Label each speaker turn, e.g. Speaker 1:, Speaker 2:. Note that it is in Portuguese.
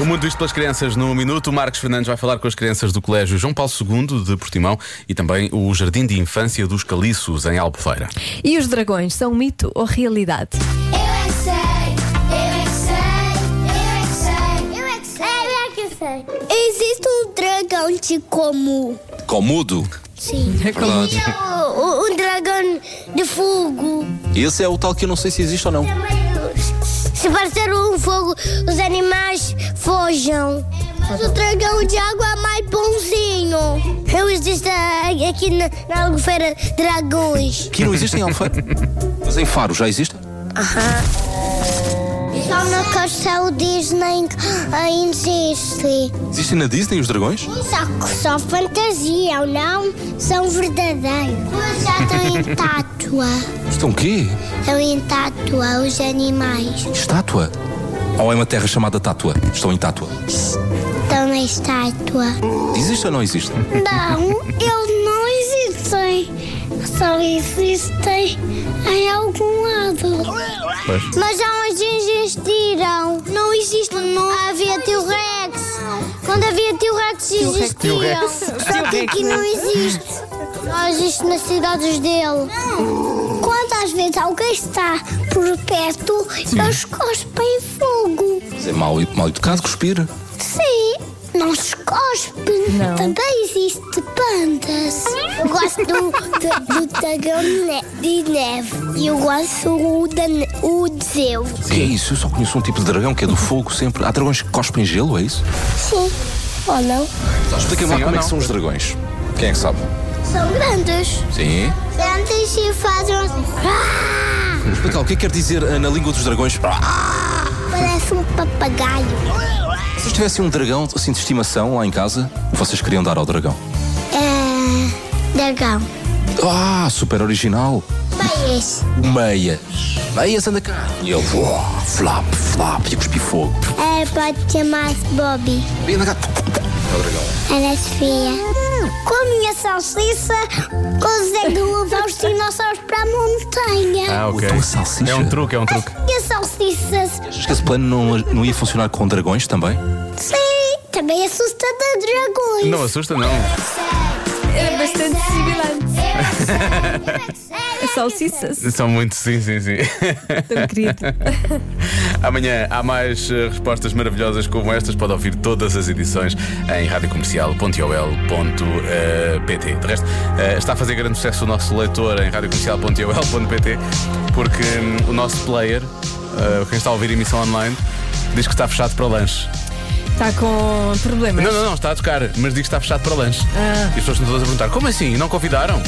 Speaker 1: O mundo visto pelas crianças no minuto, o Marcos Fernandes vai falar com as crianças do Colégio João Paulo II de Portimão e também o Jardim de Infância dos Caliços em Albufeira.
Speaker 2: E os dragões são um mito ou realidade?
Speaker 3: Eu é que sei, eu é que sei, eu é que sei, eu é que sei, eu é que sei. Existe um dragão de como?
Speaker 4: Comudo.
Speaker 3: Sim.
Speaker 4: Verdade.
Speaker 3: Um dragão de fogo.
Speaker 4: Esse é o tal que eu não sei se existe ou não.
Speaker 3: Se aparecer um fogo, os animais fogem. Mas o dragão de água é mais bonzinho. Eu existo aqui na, na Albufeira dragões.
Speaker 4: Que não existe em Alfeira. Mas em Faro já existe?
Speaker 3: Só no Castelo Disney ainda existe.
Speaker 4: Existem na Disney os dragões?
Speaker 3: Só, só fantasia, ou não? São verdadeiros. Mas já estão em tátua.
Speaker 4: Estão o quê?
Speaker 3: Estão em tátua os animais.
Speaker 4: Estátua? Ou é uma terra chamada Tátua? Estão em Tátua.
Speaker 3: Estão na estátua.
Speaker 4: Existe ou não existe?
Speaker 3: Não, eles não existem. Só existem em algum lado. Mas já hoje existiram. Não existe. Não havia tio Rex. Quando havia tio Rex né? existiam. Só que aqui não existe. Não existe nas cidades dele. Quantas vezes alguém está por perto, eles cospem fogo.
Speaker 4: Mas é mal, mal educado cuspir.
Speaker 3: Sim, não se cospe.
Speaker 2: Não.
Speaker 3: Também existe pandas. Eu gosto do, do, do dragão de ne- de neve. E eu gosto do da ne- o de Zeus.
Speaker 4: Que é isso? Eu só conheço um tipo de dragão que é do fogo sempre. Há dragões que cospem gelo, é isso?
Speaker 3: Sim. Ou não?
Speaker 4: Explica-me lá
Speaker 1: Sim,
Speaker 4: como é
Speaker 1: não.
Speaker 4: que são os dragões. Quem é que sabe?
Speaker 3: São grandes.
Speaker 4: Sim.
Speaker 3: Grandes e fazem assim. Ah!
Speaker 4: Explica lá, o que é que quer dizer ah, na língua dos dragões? Ah!
Speaker 3: Parece um papagaio.
Speaker 4: Se vocês tivessem um dragão assim de estimação lá em casa, vocês queriam dar ao dragão?
Speaker 3: É. Dragão.
Speaker 4: Ah, super original.
Speaker 3: Bem, esse.
Speaker 4: Meia. Meia, anda cá. E ele, uau, flap, flap, e cuspi fogo.
Speaker 3: É, pode chamar-se Bobby.
Speaker 4: E anda cá. É o dragão.
Speaker 3: Ela é feia. Com a minha salsicha, consegue levar os dinossauros para a montanha.
Speaker 1: Ah,
Speaker 4: Então a salsicha.
Speaker 1: É um truque, é um truque.
Speaker 3: E as salsichas,
Speaker 4: Achas que esse plano não, não ia funcionar com dragões também?
Speaker 3: sim, também assusta de dragões.
Speaker 1: Não assusta, não.
Speaker 2: É bastante semelhante. Salsichas,
Speaker 1: São muito, sim, sim, sim.
Speaker 2: tão querido.
Speaker 1: Amanhã há mais eh, respostas maravilhosas como estas. Pode ouvir todas as edições em radiocomercial.ol.pt. De resto, eh, está a fazer grande sucesso o nosso leitor em radiocomercial.ol.pt porque hum, o nosso player, eh, quem está a ouvir a emissão online, diz que está fechado para lanche.
Speaker 2: Está Tá com problemas.
Speaker 1: Não, não, não, está a tocar, mas diz que está fechado para lanche. E as pessoas estão todas a perguntar: como assim? Não convidaram?